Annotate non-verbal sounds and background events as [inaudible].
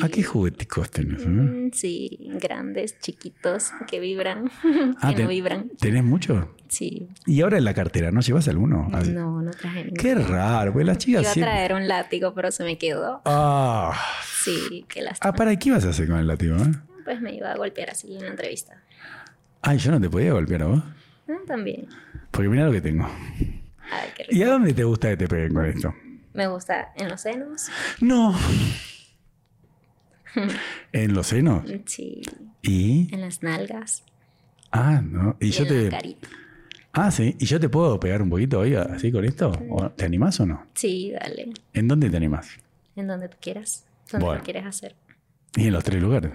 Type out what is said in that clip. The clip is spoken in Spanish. ¿A Ah, qué jugueticos tenés? eh? Mm, Sí, grandes, chiquitos, que vibran, [laughs] Ah, que te- no vibran. ¿Tenés muchos? Sí, Y ahora en la cartera, ¿no llevas alguno? Ah, no, no traje ninguno. Qué raro, pues las Iba chicas a siempre. traer un látigo, pero se me quedó. Ah, Sí, qué ah, lástima. ¿para qué ibas a hacer con el látigo? eh? Pues me iba a golpear así en la entrevista. Ay, yo no te podía golpear a vos. Ah, También. Porque mirá lo que tengo. Ay, qué rico. ¿Y a dónde te gusta que te peguen con esto? Me gusta en los senos. [laughs] No. ¿En los senos? Sí, ¿Y? en las nalgas. Ah, no. ¿Y Y, yo en la te... carita. Ah, sí. ¿Y yo te puedo pegar un poquito hoy así con esto? ¿O- ¿Te animás o no? Sí, dale. ¿En dónde te animás? En donde tú quieras. Donde Bueno. lo quieras hacer. Y en los tres lugares.